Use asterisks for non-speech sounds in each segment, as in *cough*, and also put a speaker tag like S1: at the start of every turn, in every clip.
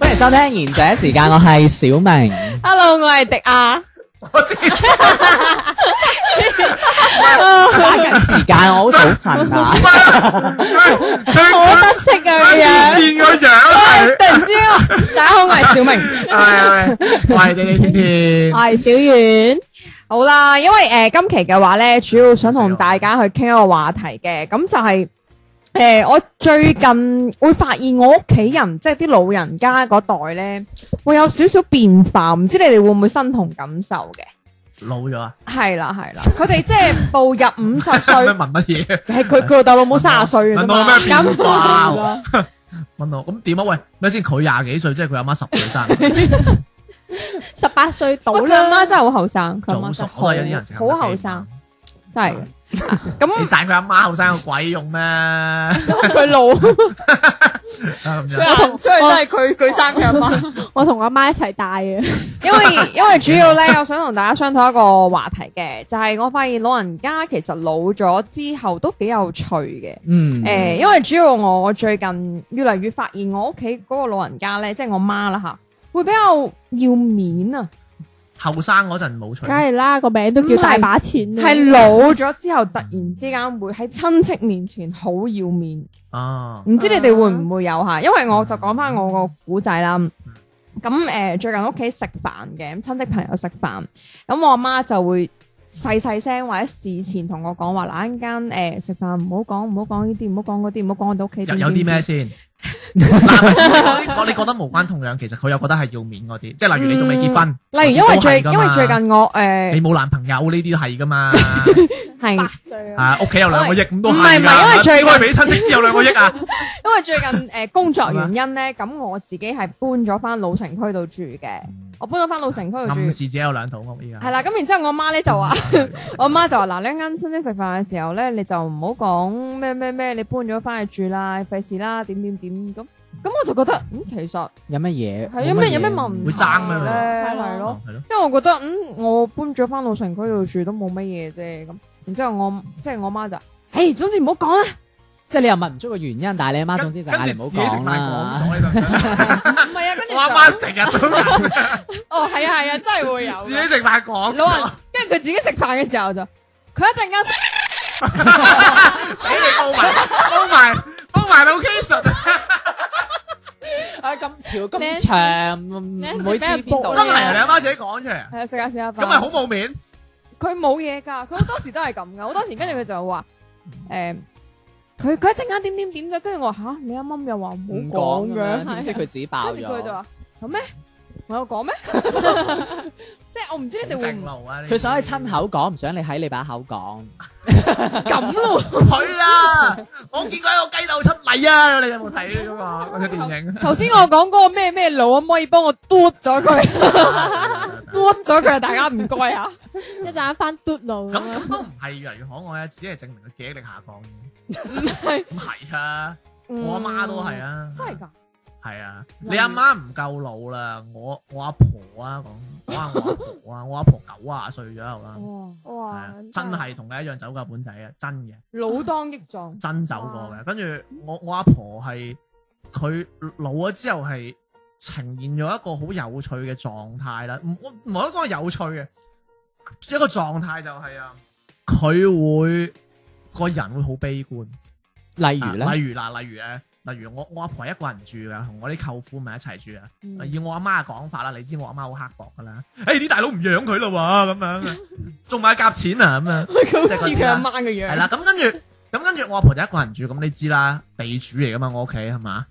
S1: 歡迎收聽賢者時間，我係小明。
S2: *laughs* Hello，我係迪亞。
S3: 我知
S1: 打緊時間，我好早瞓啊！
S3: 佢
S2: 好
S3: 佢
S2: 得戚啊
S3: 佢
S2: 個樣，
S3: 變個樣係
S2: 突然之間，大家好，我係 *laughs* 小明。
S3: 係係係，你你天天
S2: 我係小遠。好啦，因為誒、呃今期嘅話咧，主要想同大家去傾一個話題嘅，咁就係、誒、我最近 *laughs* 會發現我屋企人，即係啲老人家嗰代咧，會有少少變化，唔知你哋會唔會身同感受嘅？
S3: 老咗啊？
S2: 係啦，係啦，佢哋即係步入五十
S3: 咩
S2: 歲，
S3: 問乜嘢？
S2: 係佢佢老豆老母卅歲啊
S3: 問我
S2: 嘛，
S3: 咩變化
S2: 咁
S3: 啊
S2: 啊啦
S3: 問我咁點啊？喂，咩先？佢廿幾歲，即係佢阿媽十歲生，
S4: 十八歲到
S2: 喂佢阿媽
S4: 啦，
S2: 真係好後生，佢阿
S3: 早
S2: 媽
S3: 熟
S2: 真
S3: 都係有啲人成
S2: 係
S3: 日
S2: 好好後生，。真係嘅。
S3: 你 *laughs*
S2: 咁
S3: 讚佢阿媽後生有鬼用咩？啊
S2: 佢
S3: *laughs*
S2: 老。
S3: 咁
S2: 佢
S3: 樣
S2: 阿同出去都係佢佢生佢阿媽，
S4: 我同我媽一齊大嘅，
S2: 因為因
S3: *laughs*
S2: 為主要咧，我想同大家商討一個話題嘅，就係、我發現老人家其實老咗之後都幾有趣嘅。
S1: 嗯
S2: 誒、，因為主要我最近越嚟越發現我屋企嗰個老人家咧，即係我媽啦吓，會比較要面啊，
S3: 後生嗰陣冇趣
S4: 梗，係啦，個名都叫大把錢啊
S2: 係老咗之後突然之間會喺親戚面前好要面。
S3: 啊，
S2: 唔知你哋會唔會有嚇？因為
S3: 嗯
S2: 我就講翻我個古仔啦。咁誒、呃最近屋企食飯嘅，咁親戚朋友食飯，咁我阿媽就會細細聲或者事前同我講話嗱，一陣間呃誒食飯唔好講，唔好講呢啲，唔好講嗰啲，唔好講我哋屋企
S3: 有
S2: 點
S3: 有啲咩
S2: 點
S3: 先？嗱，嗰啲你覺得無關痛癢，其實佢又覺得係要面嗰啲，即係例如你仲未結婚，
S2: 點。例如因為最
S3: 都係㗎
S2: 因
S3: 嘛
S2: 為最近我
S3: 你
S2: 誒
S3: 冇男朋友呢啲都係
S2: *laughs*
S3: 噶嘛？
S2: 係
S4: 八歲啊，
S3: 啊，屋企有兩個億咁都係㗎
S2: 唔係唔係因為最
S3: 點可以俾親戚知有兩個億
S2: *laughs*
S3: 啊？
S2: 因為最近誒工作原因咧，咁我自己係搬咗翻老城區度住嘅，我搬咗翻老城區度
S3: 嗯暗
S2: 住
S3: 示啊自己有兩套屋依家。
S2: 係啦。咁然之後我阿媽咧就話。我媽就話：嗱，你一間親戚食飯嘅時候咧，你就唔好講咩咩咩，你搬咗翻去住啦，費事啦，點點點咁。咁我就覺得，嗯，其實
S1: 有乜嘢？
S2: 係啊有咩有咩問題
S3: 會爭咩
S2: 咧？係咯，
S3: 係咯，
S2: 因為我覺得，嗯，我搬咗翻老城區度住都冇乜嘢啫。咁，然之後我即係我媽就，誒，總之唔好講啦。
S1: 即係你又問唔出個原因，但係你阿媽總之就嗌
S3: 跟
S1: 你
S3: 住
S1: 唔
S3: 自
S1: 好
S3: 己食
S1: 講
S3: 飯
S1: 啦
S3: 講。
S2: *laughs*
S3: 咗呢度，
S2: 唔係啊，跟
S3: 我阿媽成日都鬧
S2: 哦，係啊，係啊，真係會有
S3: *laughs* 自己食飯講
S2: 老人
S3: *laughs* 咗，，
S2: 跟住佢自己食飯嘅時候就，佢一陣間。
S3: 死你撈埋撈埋撈
S2: *laughs*
S3: 埋 location，
S1: 啊，咁條咁長，唔會知邊度
S3: 真係啊你阿媽自己講出嚟啊，
S2: 係啊，食下食下飯。
S3: 咁咪好冇面。
S2: 佢冇嘢㗎，佢好多時都係咁㗎，好多時跟住佢就
S3: 啊
S2: 話誒，佢佢一陣間點點點咗，跟住我話吓，你啱啱又話
S1: 唔
S2: 唔好
S1: 講
S2: 講
S1: 咁
S2: 嘅，係
S1: 樣，即係佢自己爆
S2: 跟住佢就
S1: 咗。
S2: 話有咩？我有
S3: *laughs*
S2: 講咩？即係我唔知你哋會唔
S3: 正路啊！呢啲
S1: 佢想去親口講，唔想你喺你把口講。
S2: 咁咯。
S3: 佢啊！我見過一個雞竇出嚟啊！你有冇睇嗰個嗰隻電
S2: *laughs*
S3: 影？ *laughs*
S2: 頭先我講嗰個咩咩佬，可唔可以幫我嘟咗
S3: *laughs*
S2: 佢？嘟咗佢，大家唔該啊！
S4: 一陣間翻嘟啊路
S3: 咁咁都唔係越嚟越可愛啊，只係證明佢記憶力下降。
S2: 唔係，
S3: 唔係啊，我阿媽都係
S2: 啊，
S3: 啊，
S2: 真係㗎。
S3: 係啊，你阿媽唔夠老啦，我我阿婆啊，講講下我阿婆啊，我阿婆九啊歲左右啦，
S2: 哇！
S3: 係
S4: 哇
S3: 啊，真係同你一樣走夠本仔啊，真嘅，
S2: 老當益壯，
S3: 真走過
S2: 哦
S3: 嘅。跟住我我阿婆係佢老咗之後係呈現咗一個好有趣嘅狀態啦，唔我唔可以講係有趣嘅，一個狀態就係啊，佢會個人會好悲觀。
S1: 例如
S3: 啊
S1: 咧，
S3: 例如嗱，例如誒，例如我我阿婆一個人住嘅，同我啲舅父咪一齊住啊。
S2: 嗯
S3: 以我阿媽嘅講法啦，你知我阿媽好刻薄噶啦。誒、啲大佬唔養佢啦喎，咁
S2: *laughs*
S3: 樣仲買夾錢啊咁樣。
S2: 佢好似佢阿媽嘅樣。
S3: 係啦，咁跟住咁跟住我阿婆就一個人住，咁你知啦，地主嚟噶嘛，我屋企
S2: *laughs*
S3: 係嘛，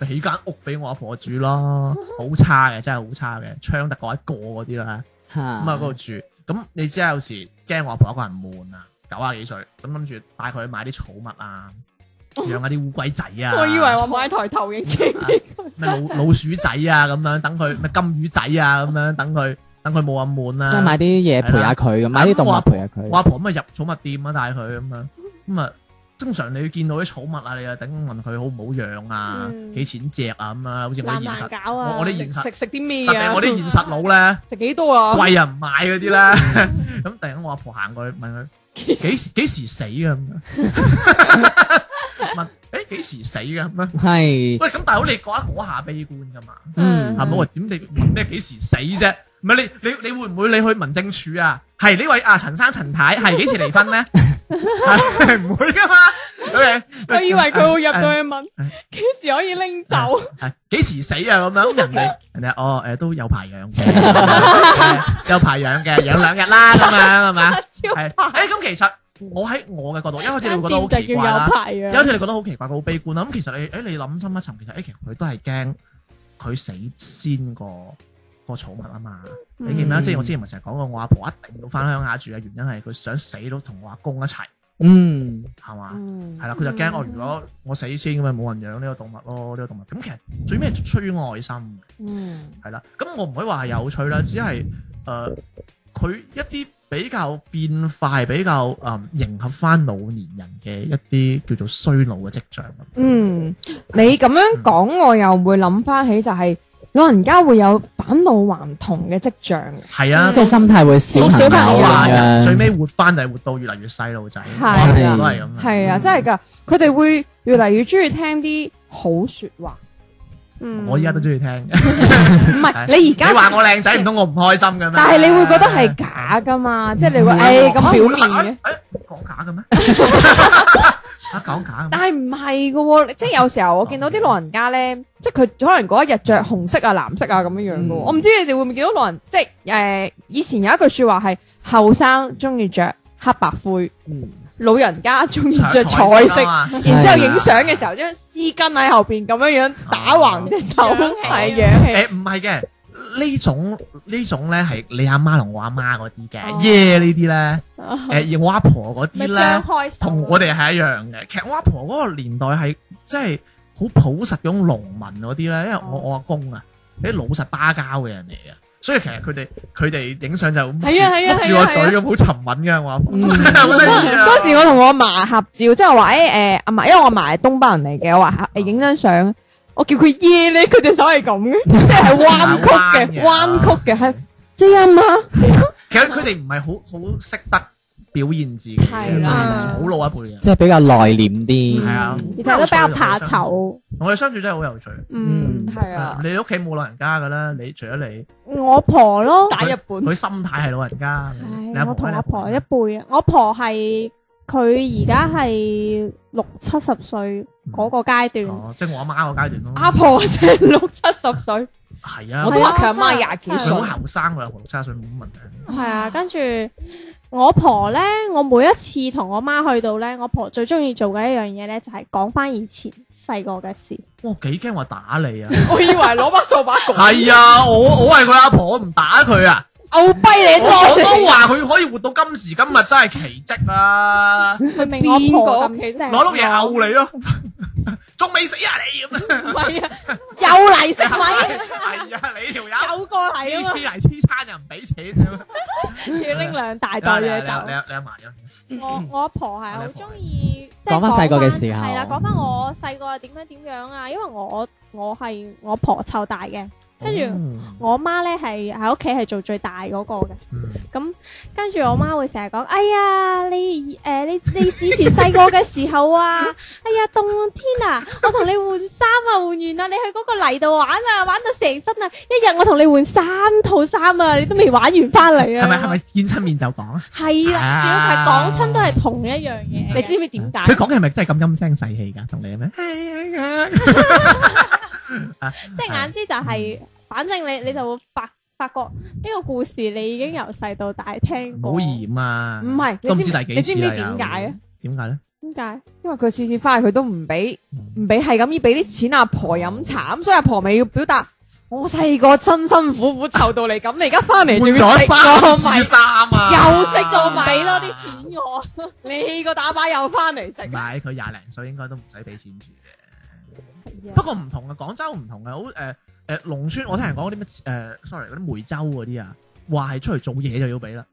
S3: 俾間屋俾我阿婆住咯，好差嘅，真係好差嘅，窗得嗰一個嗰啲啦。
S1: 咁
S3: 咁啊嗰度住。咁你知啦，有時驚我阿婆一個人悶啊，九啊幾歲，咁諗住帶佢去買啲寵物啊，養下啲烏龜仔啊，
S2: *laughs* 我以為我買台投影機俾佢，
S3: 咩老老鼠仔啊咁樣，等佢咩金魚仔啊咁樣，等佢等佢冇咁悶啦。啊
S1: 即係買啲嘢陪下佢咁，買啲動物陪下
S3: 我
S1: 佢。
S3: 阿婆咁啊入寵物店啊帶佢咁樣，咁啊通常你見到啲寵物啊，你啊等問佢好唔好養啊，
S2: 嗯
S3: 幾錢隻啊咁啊，好似我
S4: 難
S3: 啲
S4: 唔
S3: 現
S4: 難
S3: 實，
S4: 搞
S3: 我
S4: 啊！
S3: 我啲現實，特
S2: 食食啲咩啊？
S3: 別我啲現實佬
S2: *laughs*
S3: 咧。
S2: 食幾多啊？
S3: 貴啊唔買嗰啲咧，
S2: 嗯
S3: 咁突然間我阿婆行過去問
S2: *laughs*
S3: 佢幾時幾時死啊咁樣， *laughs* 問誒幾時死嘅咁樣？
S1: 係，
S3: 喂咁大佬你嗰一嗰下悲觀噶嘛，
S1: 嗯，
S3: 係咪？我點你問咩幾時死啫？唔係你你你會唔會你去民政處啊？係呢位啊陳生陳
S2: *laughs*
S3: 太係幾時離婚咧？係唔會噶嘛？OK，
S2: 我以為佢會入到去問
S3: 嗯
S2: 幾時可以拎走，
S3: 係幾時死
S2: *laughs*
S3: 啊？咁樣咁人哋人哋哦誒都有排養嘅，誒有排養嘅，養兩日啦咁樣係嘛？
S2: *laughs* 超
S3: 係誒咁其實我喺我嘅角度，一開始你會覺得好
S4: 間
S3: 奇
S4: 店就
S3: 怪
S4: 要有
S3: 啦，
S4: 排
S3: 一
S4: 啊！
S3: 開始你覺得好奇怪，佢好悲觀啊啦。咁其實你誒你諗深一層，其實誒其實佢都係驚佢死先個個寵物啊嘛。你記唔記得？
S1: 嗯
S3: 即係我之前咪成日講過，我阿婆一定要翻鄉下住啊嘅原因係佢想死都同我阿公一齊，
S1: 嗯，
S3: 係嘛？
S2: 嗯
S3: 係啦，佢就驚我如果我死先咁咪冇人養呢個動物咯，呢個動物。咁其實最尾係出於愛心嘅。
S2: 嗯
S3: 係啦，咁我唔可以話係有趣啦，只係誒佢一啲比較變快、比較誒、嗯迎合翻老年人嘅一啲叫做衰老嘅跡象。
S2: 嗯，你咁樣講，我又會諗翻起就係老人家會有返老還童嘅跡象嘅。
S3: 係啊，
S1: 即
S2: 嗯
S1: 係心態會小朋友
S2: 好小朋友
S1: 咁
S3: 話人
S1: 樣，
S3: 最尾活翻就係活到越嚟越細路仔，
S2: 係啊
S3: 我哋都係咁。
S2: 係啊，真係噶，佢哋會越嚟越中意聽啲好说話。
S4: 嗯
S3: 我依家都中意聽。 *laughs*
S2: 唔係你而
S3: 啊你話啊
S2: 家，
S3: 我靚仔，唔通我唔開心嘅咩？啊
S2: 但係你會覺得係假噶嘛？即係你會
S3: 唉
S2: 誒咁表面嘅，。
S3: 誒哎講假
S2: *laughs*
S3: 嘅咩？啊講假嘅咩
S2: 但？係唔係噶喎？即係有時候我見到啲老人家咧， *laughs* 即係佢可能嗰一日着紅色啊、藍色啊咁樣樣噶喎。
S1: 嗯
S2: 我唔知你哋會唔會見到老人，即係誒以前有一句説話係後生中意着黑白灰，
S1: 嗯
S2: 老人家中意 *laughs* 着彩
S3: 彩
S2: 色。
S3: 啊嘛
S2: 然之後影相嘅時候，將絲巾喺後邊咁樣樣打橫隻手，係啊樣氣。
S3: 诶，唔係嘅，呢種呢種咧係你阿媽同我阿媽嗰啲
S4: 哦
S3: 嘅，耶呢啲咧，
S2: 哦
S4: 咪
S3: 诶，而我阿婆嗰啲
S4: 張
S3: 咧，
S4: 開手
S3: 同我哋係一樣嘅。其實我阿婆嗰個年代係即係好朴實嗰種農民嗰啲咧，因為我
S4: 哦
S3: 我阿公啊，啲老實巴交嘅人嚟嘅，所以其實佢哋佢哋影相就咁
S2: 係啊係啊
S3: 剝
S2: 係
S3: 住
S2: 啊
S3: 個嘴咁好沉穩嘅我阿婆，
S1: 嗯
S3: *laughs* 好得意啊！
S2: 嗰時我同我阿嫲合照，即係話誒誒阿嫲，因為我阿嫲係東北人嚟嘅，我話誒影張相，我叫佢耶咧，佢隻手係咁 *laughs* 嘅，即係彎曲嘅，啊彎曲嘅係即係阿媽。
S3: 其實佢哋唔係好好識得表現自己嘅，
S2: 係
S4: 啦
S3: 好老一輩嘅。
S1: 即係比較內斂
S3: 係
S1: 啲，
S3: 啊，
S4: 而家都比較怕醜。
S3: 我哋相處真係好有趣。
S1: 嗯
S2: 係啊，
S3: 你屋企冇老人家噶啦，你除咗你，
S4: 我婆咯，
S2: 打日本。
S3: 佢心態係老人家。你
S4: 唉
S3: 阿
S4: 我同
S3: 咧
S4: 阿婆一輩啊，我婆係佢而家係六七十歲
S3: 嗯
S4: 嗰個階段，
S3: 哦，即係我阿媽個階段咯。
S2: 阿婆成六七十歲，
S3: 係啊，
S2: 我都話佢阿媽廿幾
S3: 佢
S2: 歲
S3: 好。後生㗎，六七十歲冇乜問題。
S4: 係啊，跟住我婆咧，我每一次同我媽去到咧，我婆最中意做嘅一樣嘢咧，就係講翻以前細個嘅事。
S3: 哇，幾驚話打
S2: *laughs*
S3: 你啊！
S2: 我以為攞把掃把 *laughs* 拱
S3: 係啊，我我係佢阿婆，我唔打佢啊！
S2: 牛跛
S3: 我
S2: 你多
S3: 我都話佢可以活到今時今日，真係奇
S2: *laughs*
S3: 蹟啦！
S4: 佢明我婆咁錫
S3: 攞碌嘢咬你咯， *laughs* 仲未死啊你
S2: *laughs*
S3: 咁啊！
S4: 唔係啊，
S2: *laughs* 有嚟食米，
S3: 係啊，你
S2: *laughs*
S3: 條友
S4: 有個係啊
S3: 黐
S4: 嘛，
S3: 黐嚟黐餐又唔俾錢咁啊！
S4: 仲要拎兩大
S3: 你
S4: 袋
S3: 阿你
S4: 嘢
S3: 阿
S4: 走
S3: 你。啊阿你阿嫲有
S4: 我我阿婆係好中意即係
S1: 講返細個嘅時候
S4: 係啦，講翻我細個點樣點樣啊，因為我我係我婆湊大嘅，跟住
S3: 住
S4: 我媽咧係喺屋企係做最大嗰個嘅，
S3: 哦嗯
S4: 咁跟住我媽會成日講：哎呀，你誒、呃你你以前細個嘅時候啊， *laughs* 哎呀凍天啊，我同你換衫啊，換完啦，你去嗰個泥度玩啊，玩到成身啊，一日我同你換三套衫啊，你都未玩完翻嚟啊，
S3: 係咪係咪見親面就講啊？
S4: 係啦，
S3: 啊
S4: 主要係講親都係同一樣嘢嘅。
S2: 你知唔知點解？
S3: 佢講嘅係咪真係咁陰聲細氣㗎？同你咩？係啊
S4: 即係眼知就係，反正你你就會發發覺呢個故事你已經由細到大聽過。
S3: 唔好嫌啊！
S2: 唔係你
S3: 都唔
S2: 知
S3: 知
S2: 唔
S3: 第幾次
S2: 你知唔知點解啊
S3: 啊？點解咧？
S4: 點解？
S2: 因為佢次次翻去佢都唔俾
S3: 嗯
S2: 唔俾，係咁要俾啲錢阿婆飲茶，咁所以阿婆咪要表達我細個辛辛苦苦湊到你咁，你而家翻嚟
S3: 換
S2: 仲要食
S3: 咗
S2: 我
S3: 三
S2: 米
S3: 次，衫啊，
S2: 又食到
S4: 仲
S2: 埋
S4: 俾多啲錢我，
S2: 你個打靶又翻嚟
S3: 唔
S2: 食。
S3: 係佢廿零歲應該都唔使俾錢住嘅。不過唔同啊嘅，廣州唔同嘅，好誒誒農村，我聽人講嗰啲咩誒，sorry 嗰啲梅州嗰啲啊，話係出嚟做嘢就要俾啦。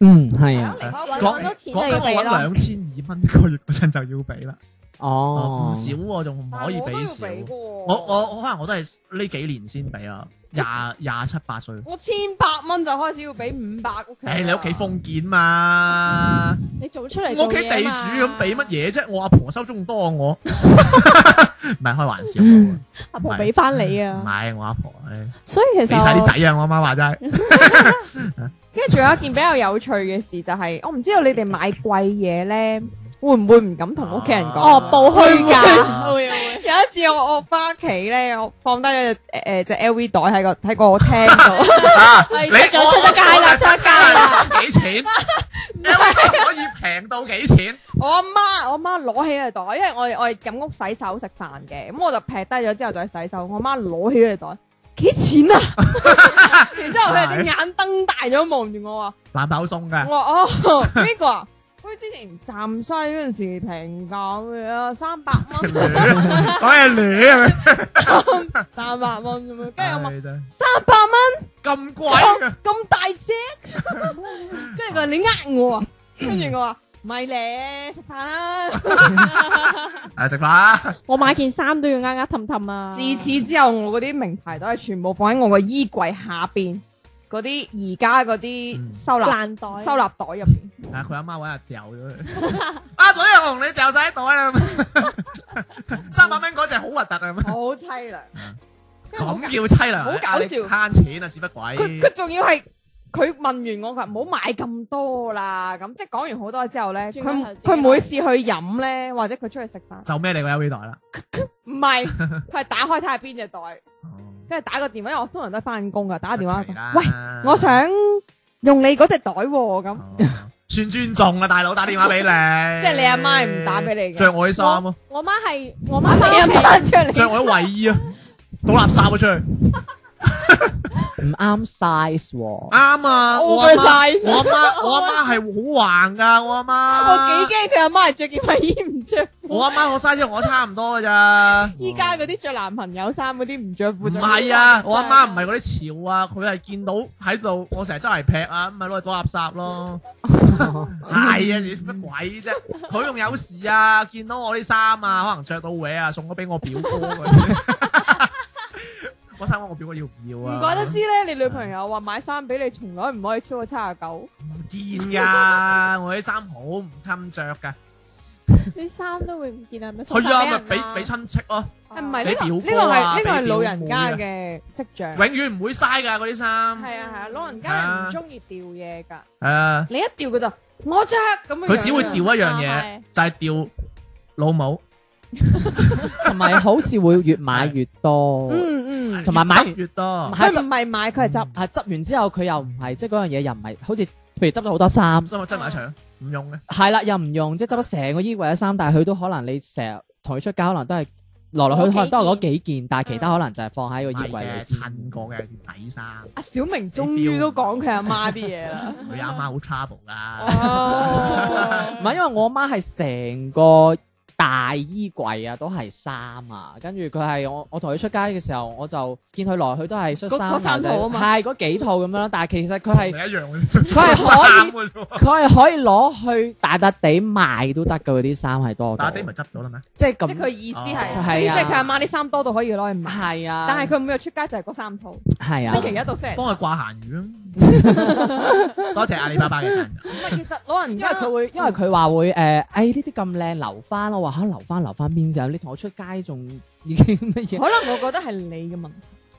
S1: 嗯，係啊，
S4: 離開
S3: 講
S4: 搵搵到錢就
S3: 講緊
S4: 要
S3: 我
S4: 俾
S3: 揾
S4: 咯。
S3: 兩千二蚊一個月嗰陣就要俾啦，
S2: *laughs*
S3: 哦
S1: 哦
S3: 唔，少喎，仲唔可以俾少。
S2: 但
S3: 我
S2: 我
S3: 我我可能我都係呢幾年先俾啊，廿廿七八歲。
S2: 我千百蚊就開始要俾五百屋企人啦。
S3: 誒，你屋企封建嘛？
S4: 你做出嚟
S3: 我
S4: 做
S3: 屋企
S4: 嘢啊
S3: 地
S4: 嘛
S3: 主咁俾乜？嘢啫？我阿婆收中
S4: *laughs*
S3: 多我，唔係開玩笑喎。
S4: 阿婆俾翻你
S3: 唔
S4: 啊！
S3: 係我阿婆，唉
S4: 所以其
S3: 俾
S4: 實
S3: 晒啲仔啊！我阿媽話齋，
S2: 跟住仲有一件比較有趣嘅事就係、我唔知道你哋買貴嘢咧，會唔會唔敢同屋企人講？
S4: 哦報虛 *laughs*
S3: 啊
S4: 價，會會
S2: 有一次我我翻屋企咧，我放低咗誒誒只 LV 袋喺個喺個廳度，
S3: *laughs*
S4: 係出咗出咗街啦，出咗街啦。
S3: 啦，
S4: *laughs*
S3: 幾錢？因為可以平到幾錢？
S2: 我阿媽我阿媽攞起個袋，因為我我係入屋洗手食飯嘅，咁我就劈低咗之後就去洗手，我阿媽攞起個袋，幾錢啊？然之後佢隻眼瞪大咗望住我話。
S3: 藍豆送嘅，
S2: 我話哦 *laughs* 呢個啊，佢之前站西嗰陣時平價嘅啊，三百蚊，
S3: *laughs* 講嘢亂
S2: 三百蚊咁樣，跟住我話
S3: 係真係
S2: 三百蚊
S3: 咁貴嘅，
S2: 咁大隻， *laughs* 跟住佢話你呃我啊，跟住我話唔係咧，食飯啦。
S3: 誒食飯啦，
S4: 我買件衫都要呃呃氹氹啊！
S2: 自此之後，我嗰啲名牌袋係全部放喺我個衣櫃下邊嗰啲而家嗰
S3: 嗯
S2: 啲收納
S4: 爛袋
S2: 收納袋入邊。
S3: 但係佢阿媽揾日掉
S4: *laughs*
S3: 咗佢，阿女阿紅你掉晒喺袋啦，三百蚊嗰隻好核突啊！
S2: 好凄涼，因為好
S3: 嗯咁叫凄涼，
S2: 好搞
S3: 啊你
S2: 笑
S3: 慳錢啊，屎不鬼！
S2: 佢佢仲要係佢問完我佢話唔好買咁多啦，咁即係講完好多之後咧，
S4: 轉個頭
S2: 佢
S4: 自己
S2: 佢每次去飲咧，或者佢出去食飯，
S3: 就孭你個 LV 袋啦。
S2: 唔
S3: *laughs*
S2: 係佢係打開睇下邊隻袋，跟住打個電話，因為我通常都係翻工噶，打個電話啊
S3: 哦出奇啦
S2: 喂，我想用你嗰隻袋喎，咁
S3: 哦算尊重啊啦，大佬打電話俾你。
S2: *laughs* 即係你阿媽係唔打俾你嘅
S3: 着我啲衫咯，
S4: 我媽係我媽翻
S2: 你飲
S4: 屋企， *laughs*
S2: 翻出嚟，
S3: 着我啲衞衣啊，倒垃圾啊出去。
S1: 唔啱 size 喎。
S3: 啱啊，我阿媽
S2: Oversize
S3: 我阿媽我阿媽係好橫噶，我阿
S2: 我幾
S3: 媽。
S2: 驚佢阿媽係着件衞衣唔着褲，
S3: 我阿媽我 size 同我差唔多噶咋。
S2: 依家嗰啲着男朋友衫嗰啲唔着
S3: 唔
S2: 褲，着
S3: 係啊，我阿媽唔係嗰啲潮啊，佢係見到喺度，我成日周圍劈啊，咁咪攞嚟倒垃圾 *laughs* 咯。係啊，你乜鬼啫？佢仲有事啊，見到我啲衫啊，可能着到歪啊，送咗俾我表哥佢。 *laughs* 我衫我表哥要唔要
S2: 唔
S3: 啊？
S2: 怪得知咧，你女朋友話買衫俾你，從來唔可以超過七廿九。
S3: 唔見㗎，我啲衫好唔襟着㗎。
S4: 啲衫都會唔見啊！咪送
S3: 係啊，咪
S4: 人
S3: 俾俾親戚咯，
S2: 唔係
S3: 俾
S2: 呢個
S3: 表
S2: 呢個
S3: 哥啊
S2: 係呢個係
S3: 俾
S2: 老
S3: 表
S2: 人
S3: 妹
S2: 家
S3: 啊
S2: 嘅跡象。
S3: 永遠唔會嘥㗎嗰啲衫。
S2: 係啊係啊，老人家
S3: 啊
S2: 係唔中意掉嘢㗎。
S3: 係啊。
S2: 你一掉佢就我着咁樣樣。
S3: 佢只會掉一樣
S4: 啊
S3: 嘢
S4: 係，
S3: 就係掉老母，
S1: 同埋好似會越買越多，
S2: 嗯嗯，
S1: 同埋買
S3: 越
S1: 完
S3: 執越多，
S2: 佢唔係買，佢係執。
S1: 係執完之後佢又唔係，即係嗰樣嘢又唔係，好似譬如執咗好多衫，
S3: 所以我執埋一場唔用嘅。
S1: 係啦，又唔用，即係執咗成個衣櫃嘅衫，但係佢都可能你成日同佢出街，可能都係來來去去可能都係嗰幾件，但係其他可能就係放喺個衣
S3: 買
S1: 櫃
S3: 嘅
S1: 裏
S3: 襯過嘅底衫，
S2: 阿小明終於都講佢阿媽啲嘢
S3: *laughs*
S2: 啦。
S3: 佢阿媽好 trouble 噶，
S1: 唔
S2: 哦，
S1: 係，因為我媽係成個大衣櫃啊，都係衫啊，跟住佢係我我同佢出街嘅時候，我就見佢來去都係恤衫
S2: 嗰嗰三套啊嘛
S1: 係嗰幾套咁樣啦。但係其實佢
S3: 你一
S1: 係
S3: 樣嘅，
S1: 佢係
S3: 可以。
S1: 佢係可以攞去大笪地賣都得㗎，嗰啲衫係多
S3: 打
S1: 到，
S3: 啲咪執
S1: *laughs*
S3: 咗啦咩？
S1: 即係
S2: 即係佢
S1: 咁
S2: 意思係，
S1: 哦係啊
S2: 即係佢阿媽啲衫多到可以攞去賣。
S1: 係啊，
S2: 但係佢每日出街就係嗰三套，
S1: 係啊，
S2: 星期一到星期
S3: 幫
S2: 六。
S3: 佢掛閒魚啊！多謝阿里巴巴嘅贊助。
S2: 唔係其實老人
S1: 因
S2: 家
S1: 為佢會，因為佢話會誒，誒哎呢啲咁靚留翻，我話嚇留翻留翻邊就你同我出街仲已經乜
S3: *laughs*
S1: 嘢？
S2: 可能我覺得係你嘅問題。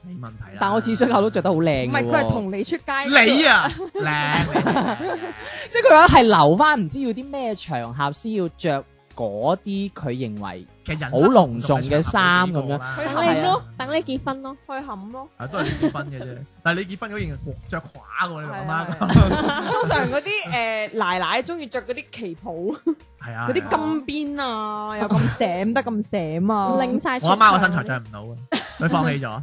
S3: 冇問題啦。
S1: 但我次出街都着得好靚
S2: 唔
S1: 嘅
S2: 係
S1: 喎
S2: 佢係同你出街，
S3: 你啊，靚
S1: 即係佢話係留翻，唔知要啲咩場合先要着嗰啲佢認為
S3: 其實人生
S1: 好隆重嘅衫咁樣
S3: 啦
S2: 佢
S4: 等你
S1: 係啊
S4: 咯，等你結婚咯。
S2: 去冚咯。
S3: 啊都係你結婚嘅啫。但係你結婚嗰件着垮喎，你
S2: 係
S3: 話
S2: 啊
S3: 啱
S2: 係啊通常嗰啲誒奶奶中意着嗰啲旗袍，嗰
S3: 係啊，
S2: 啲金邊啊，又咁閃得咁閃
S1: *laughs*
S2: 啊，
S4: 拎晒出
S3: 我阿媽
S4: 場
S3: 個 *laughs* 身材着唔到啊，佢放棄咗。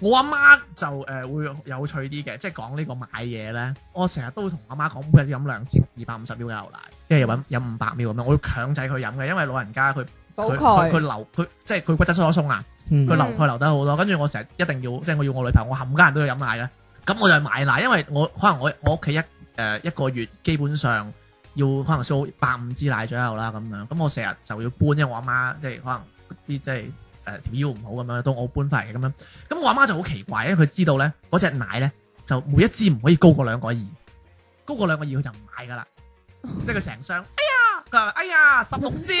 S3: 我阿媽就誒、呃、會有趣啲嘅，即係講呢個買嘢咧。我成日都同阿媽講，每日飲兩千二百五十 ml 嘅牛奶，跟住又飲飲五百 ml 咁樣。我要強制佢飲嘅，因為老人家佢
S2: 補
S3: 佢
S2: 鈣
S3: 佢佢流佢即係佢骨質疏鬆啊，佢流佢流得好多。跟住我成日一定要，即係我要我女朋友，我冚家人都要飲奶嘅。咁我就買奶，因為我可能我我屋企一誒、呃一個月基本上要可能燒百五支奶左右啦咁樣。咁我成日就要搬，因為我阿媽即係可能啲即係誒條腰唔好咁樣，都我搬翻嚟嘅咁樣。咁我阿媽就好奇怪，因為佢知道咧嗰只奶咧就每一支唔可以高過兩個二，高過兩個二佢就唔買噶啦，即係佢成箱。哎呀，佢話哎呀十六支，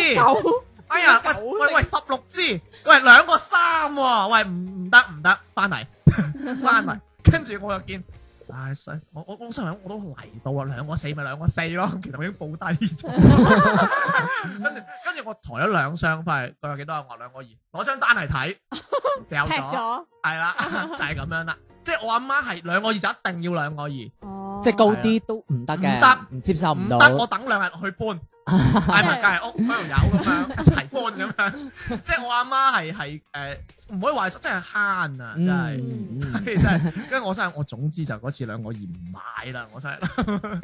S3: 哎呀
S2: 狗
S3: 喂喂喂十六支，喂兩個三喎、喂唔唔得唔得，翻嚟 *laughs* 翻嚟，跟住我又見。唉，所以我我我心諗我都嚟到啊，兩個四咪兩個四咯， *laughs* 其實我已經報低咗。 *laughs* 跟住跟住我抬咗兩箱翻去，佢話幾多啊？我話兩個二，攞張單嚟睇，掉
S4: 劈
S3: 咗。
S4: 咗，
S3: 系啦， *laughs* 就係咁樣啦。即係我阿媽係兩個二就一定要兩個二，唔
S4: 哦
S1: 即係高啲都唔得
S3: 唔
S1: 嘅，
S3: 得
S1: 唔接 *laughs* 受唔到。
S3: 得我等兩日去搬，嗌埋隔離屋嗰度有咁樣一齊搬咁樣。即係我阿媽係係诶，誒唔可以話真係慳啊，真係。
S1: 嗯，嗯
S3: 真係，跟住我真係，我總之就嗰次兩個二唔買啦，我真係。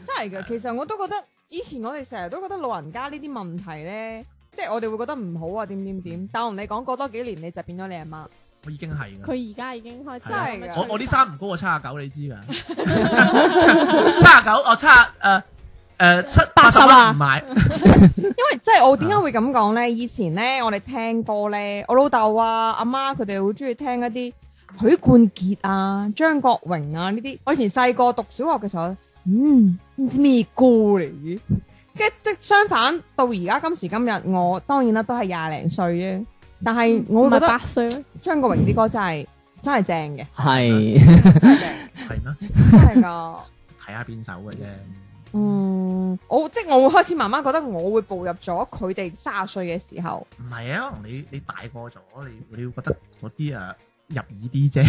S2: *laughs* 真係嘅，其實我都覺得以前我哋成日都覺得老人家呢啲問題咧，即係我哋會覺得唔好啊，點點點。但我同你講，過多幾年你就變咗你阿媽。
S3: 我已經係㗎。
S4: 佢而家已經開始
S3: 係啊
S4: 有咁嘅
S3: 我我
S4: 趨
S3: 啲
S4: 勢
S3: 衫唔高過七廿九，你知㗎。七廿九，我七诶诶七八十蚊唔買。
S2: 因為即係我點
S4: 啊
S2: 解會咁講咧？以前咧，我哋聽歌咧，我老豆啊、阿媽佢哋好中意聽一啲許冠傑啊、張國榮啊呢啲。我以前細個讀小學嘅時候，嗯，唔知咩歌嚟嘅。跟住即相反，到而家今時今日，我當然啦都係廿零歲啫，但係我
S4: 嗯唔
S2: 會覺
S4: 係
S2: 得
S4: 八歲咩？
S2: 張國榮啲歌真係真係正嘅，
S3: *laughs*
S1: 係
S2: 真
S3: 係咩？
S2: 係㗎。
S3: 睇下邊首嘅啫。
S2: 嗯，我即係我會開始慢慢覺得我會步入咗佢哋卅歲嘅時候。
S3: 唔係啊，可能你你大個咗，你你會覺得嗰啲啊入耳啲啫。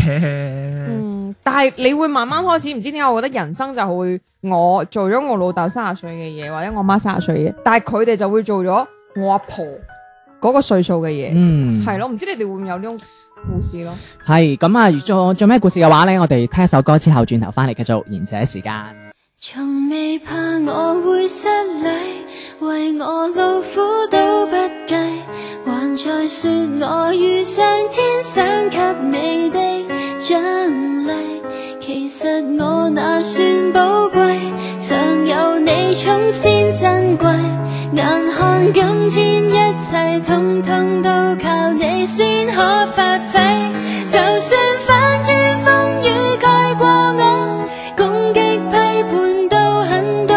S2: 嗯，但係你會慢慢開始，唔知點解，我覺得人生就會我做咗我老豆三十歲嘅嘢，或者我媽三十歲嘅嘢，但係佢哋就會做咗我阿婆嗰個歲數嘅嘢，
S1: 嗯，
S2: 係咯、唔知你哋會唔會有呢種故事咯？
S1: 係咁啊！如做做咩故事嘅話咧，我哋聽一首歌之後，轉頭翻嚟繼續賢者時間。
S5: 從未怕我會失禮，為我老虎都不計，還在說我遇上天想給你的獎勵。其實我那算寶貴，常有你寵先珍貴。眼看今天一切通通都靠你先可發揮，就算反轉風雨蓋過我，攻擊批判都很多，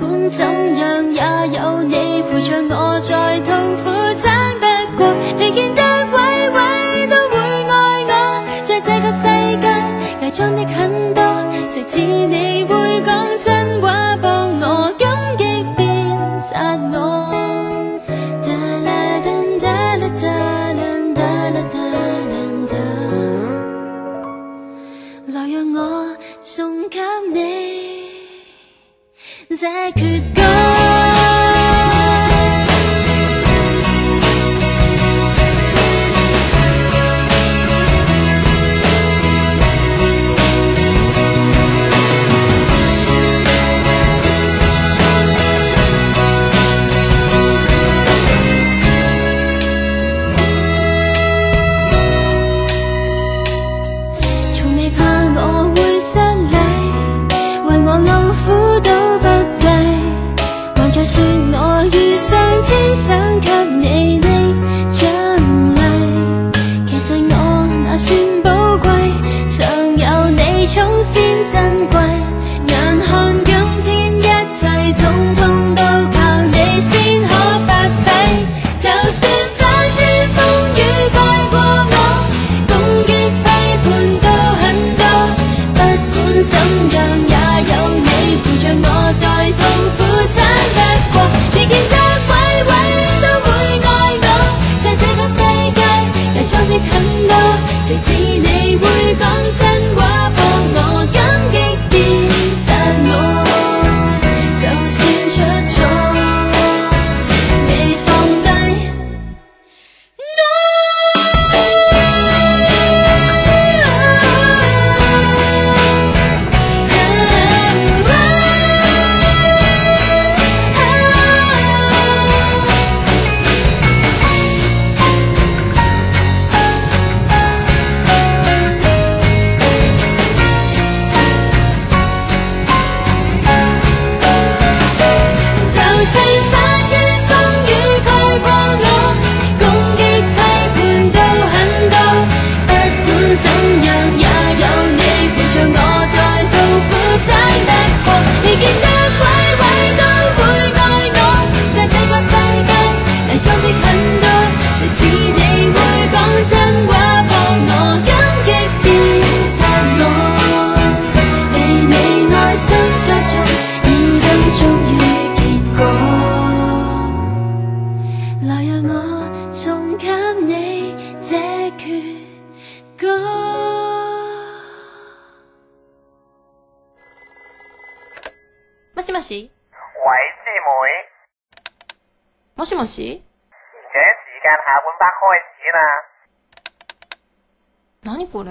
S5: 不管怎樣也有你陪着我，再痛苦爭不過，未見得位位都會愛我，在這個世界偽裝的很多，誰知你會講真話幫我，感激變殺我。Da la dun da la da dun da la da dun da 留讓我送給你這闋歌。從未怕我會失禮，為我老虎都不計，
S6: しもし
S7: 喂，師妹，
S6: もしもし
S7: 而且時間下半 part 開始啦，
S6: 何これ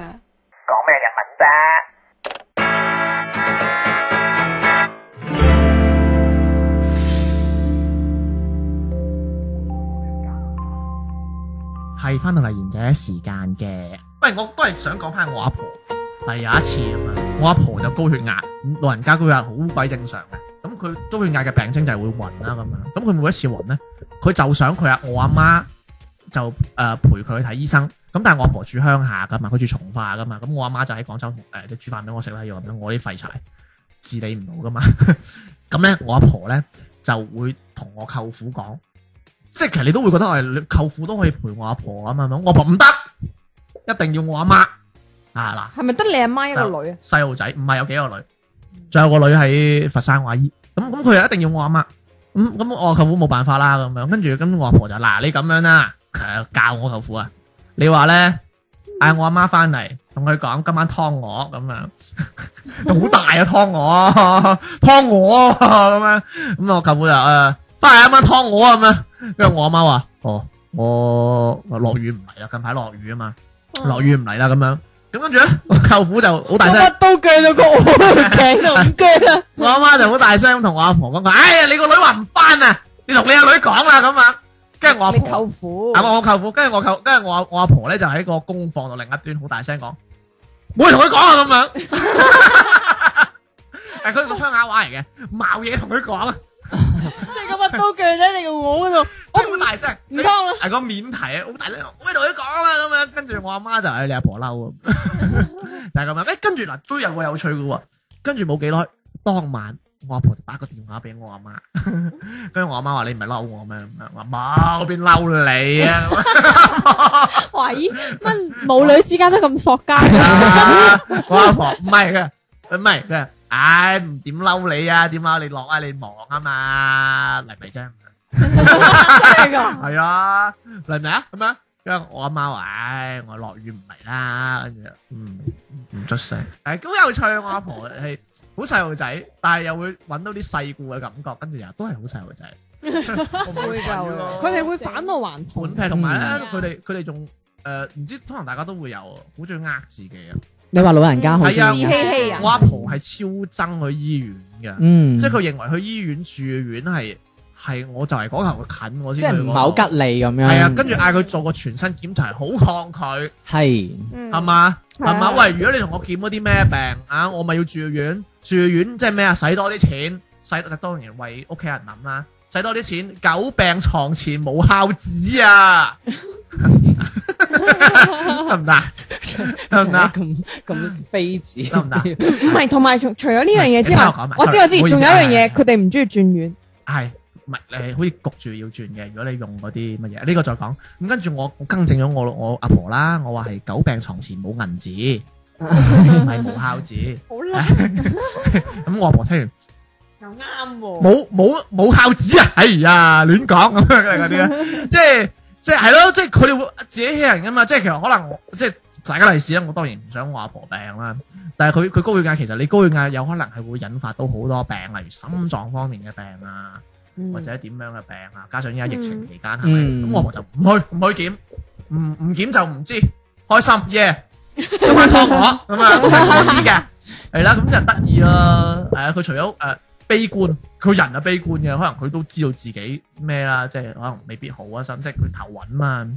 S7: 講咩日文啫？
S3: 係翻到嚟賢者時間嘅。喂，我都係想講翻我阿婆。係有一次咁樣，我阿婆就高血壓，老人家高血壓好鬼正常嘅。咁佢高血壓嘅病徵就係會暈啦咁樣。咁佢每一次暈咧，佢就想佢阿我阿媽就誒、呃陪佢去睇醫生。咁但係我阿婆住鄉下噶嘛，佢住從化噶嘛。咁我阿媽就喺廣州誒、呃你煮飯俾我食啦，要咁樣。我啲廢柴治理唔到噶嘛。 *laughs* 咁咧，我阿婆咧就會同我舅父講。即係其實你都會覺得係你舅父都可以陪我阿婆啊嘛，咁我阿婆唔得，一定要我阿媽啊
S2: 系咪得你阿媽一個女啊
S3: 嗱，？細路仔唔係有幾個女，仲有個女喺佛山我阿姨，咁咁佢又一定要我阿媽，咁咁我舅父冇辦法啦咁樣，跟住咁我阿婆就嗱你咁樣啦，佢教我舅父啊，你話咧嗌我阿媽翻嚟同佢講今晚劏我咁樣， *laughs* 好大啊劏我 *laughs* 劏我咁樣，咁我舅父就誒翻嚟今晚劏我咁樣。跟住我阿媽話：哦，我落雨唔嚟啦，近排落雨啊嘛，落雨唔嚟啦咁樣。咁跟住咧，我舅父就好大聲，
S2: 刀锯到個我頸度唔锯啦！
S3: 我阿媽就好大聲咁同我阿婆講：佢，哎呀，你個女話唔翻啊，你同你阿女講啦咁啊。跟住我阿
S2: 你
S3: 婆，
S2: 舅父
S3: 啱啊，我舅父，跟住我舅，跟住我阿我阿婆咧就喺個公放度另一端好大聲講：我會同佢講啊咁樣。但係佢個鄉下話嚟嘅，冇嘢同佢講啊，
S2: 即係咁啊，刀锯喺你個我
S3: *laughs*
S2: 嗰度，
S3: 即係好大聲。
S2: 唔通啦！
S3: 系个面題啊，好大聲，我同佢講啦咁樣，跟住我阿媽就哎係你阿婆嬲咁， *laughs* 就係咁樣。誒，跟住嗱都有個有趣嘅喎，跟住冇幾耐，當晚我阿婆就打個電話俾我阿媽， *laughs* 跟住我阿媽話你唔係嬲我咩？咁樣我話冇，邊嬲你啊？
S4: 喂，乜母女之間都咁索家嘅？
S3: 啊我阿婆唔係嘅，唔係嘅，唉唔點嬲你啊？點啊？你落啊？你忙啊嘛，嚟咪啫？
S2: 真係㗎
S3: 系啊，嚟唔嚟啊？咁样，因为我阿媽話：，唉，我落雨唔嚟啦，跟住，嗯，唔出聲。诶，好有趣啊！我阿婆係好細路仔，但係又會揾到啲世故嘅感覺，跟住又都係好細路仔。
S2: 會
S3: 會
S2: 㗎會㗎佢哋會返到還童
S3: 本。劈同埋咧，
S2: 啊
S4: 嗯
S3: 佢哋佢哋仲诶，唔知可能大家都會有好中意呃自己啊。
S1: 你話老人家好
S3: 係啊
S1: 中意
S2: 自欺欺人
S3: 我阿婆係超憎去醫院嘅，
S1: 嗯，
S3: 即係佢認為去醫院住院係係我就係嗰頭近我
S1: 即
S3: 先
S1: 係
S3: 去嗰
S1: 唔
S3: 度，
S1: 係好吉利咁樣。
S3: 係啊，跟住嗌佢做個全身檢查，好抗拒。
S1: 係
S3: 係嘛？
S2: 係啊
S3: 係嘛？喂，如果你同我檢嗰啲咩病啊，我咪要住院，住院即係咩啊？使多啲錢，使當然為屋企人諗啦，使多啲錢。久病床前無孝
S1: *laughs*
S3: 子啊，得唔得？得唔得？
S1: 咁咁妃子 *laughs*
S3: 得唔得
S2: 唔係，同埋除除咗呢樣嘢之
S3: 你聽
S2: 外
S3: 我講埋，
S2: 我知我知，
S3: sorry，唔好
S2: 仲有
S3: 意
S2: 一
S3: 思
S2: 樣
S3: 係
S2: 嘢，
S3: 係
S2: 佢哋唔中意轉院。
S3: 係。唔係誒，好似焗住要轉嘅。如果你用嗰啲乜嘢，呢、個再講。咁跟住我我更正咗我我阿婆啦，我話係久病床前冇銀紙，唔係無孝子。 *laughs*
S2: 好啦，
S3: 咁我阿婆聽完。
S2: 又啱喎。
S3: 冇冇冇孝子啊！哎呀，亂講咁樣嘅嗰
S2: *laughs*
S3: 啲咧，即係即係係咯，即係佢哋會自己欺人噶嘛。即係其實可能我即係大家利是啦，我當然唔想我阿婆病啦。但係佢佢高血壓，其實你高血壓有可能係會引發到好多病，例如心臟方面嘅病啊，或者點樣嘅病啊。加上依家疫情期間係咪？咁、
S1: 嗯
S3: 我阿婆就唔去唔去檢，唔唔檢就唔知，開心耶今晚托我咁啊，嗰啲嘅係啦，咁就得意啦。係啊，佢除咗誒。呃悲觀，佢人係悲觀嘅，可能佢都知道自己咩啦，即係可能未必好啊，甚至佢頭暈嘛。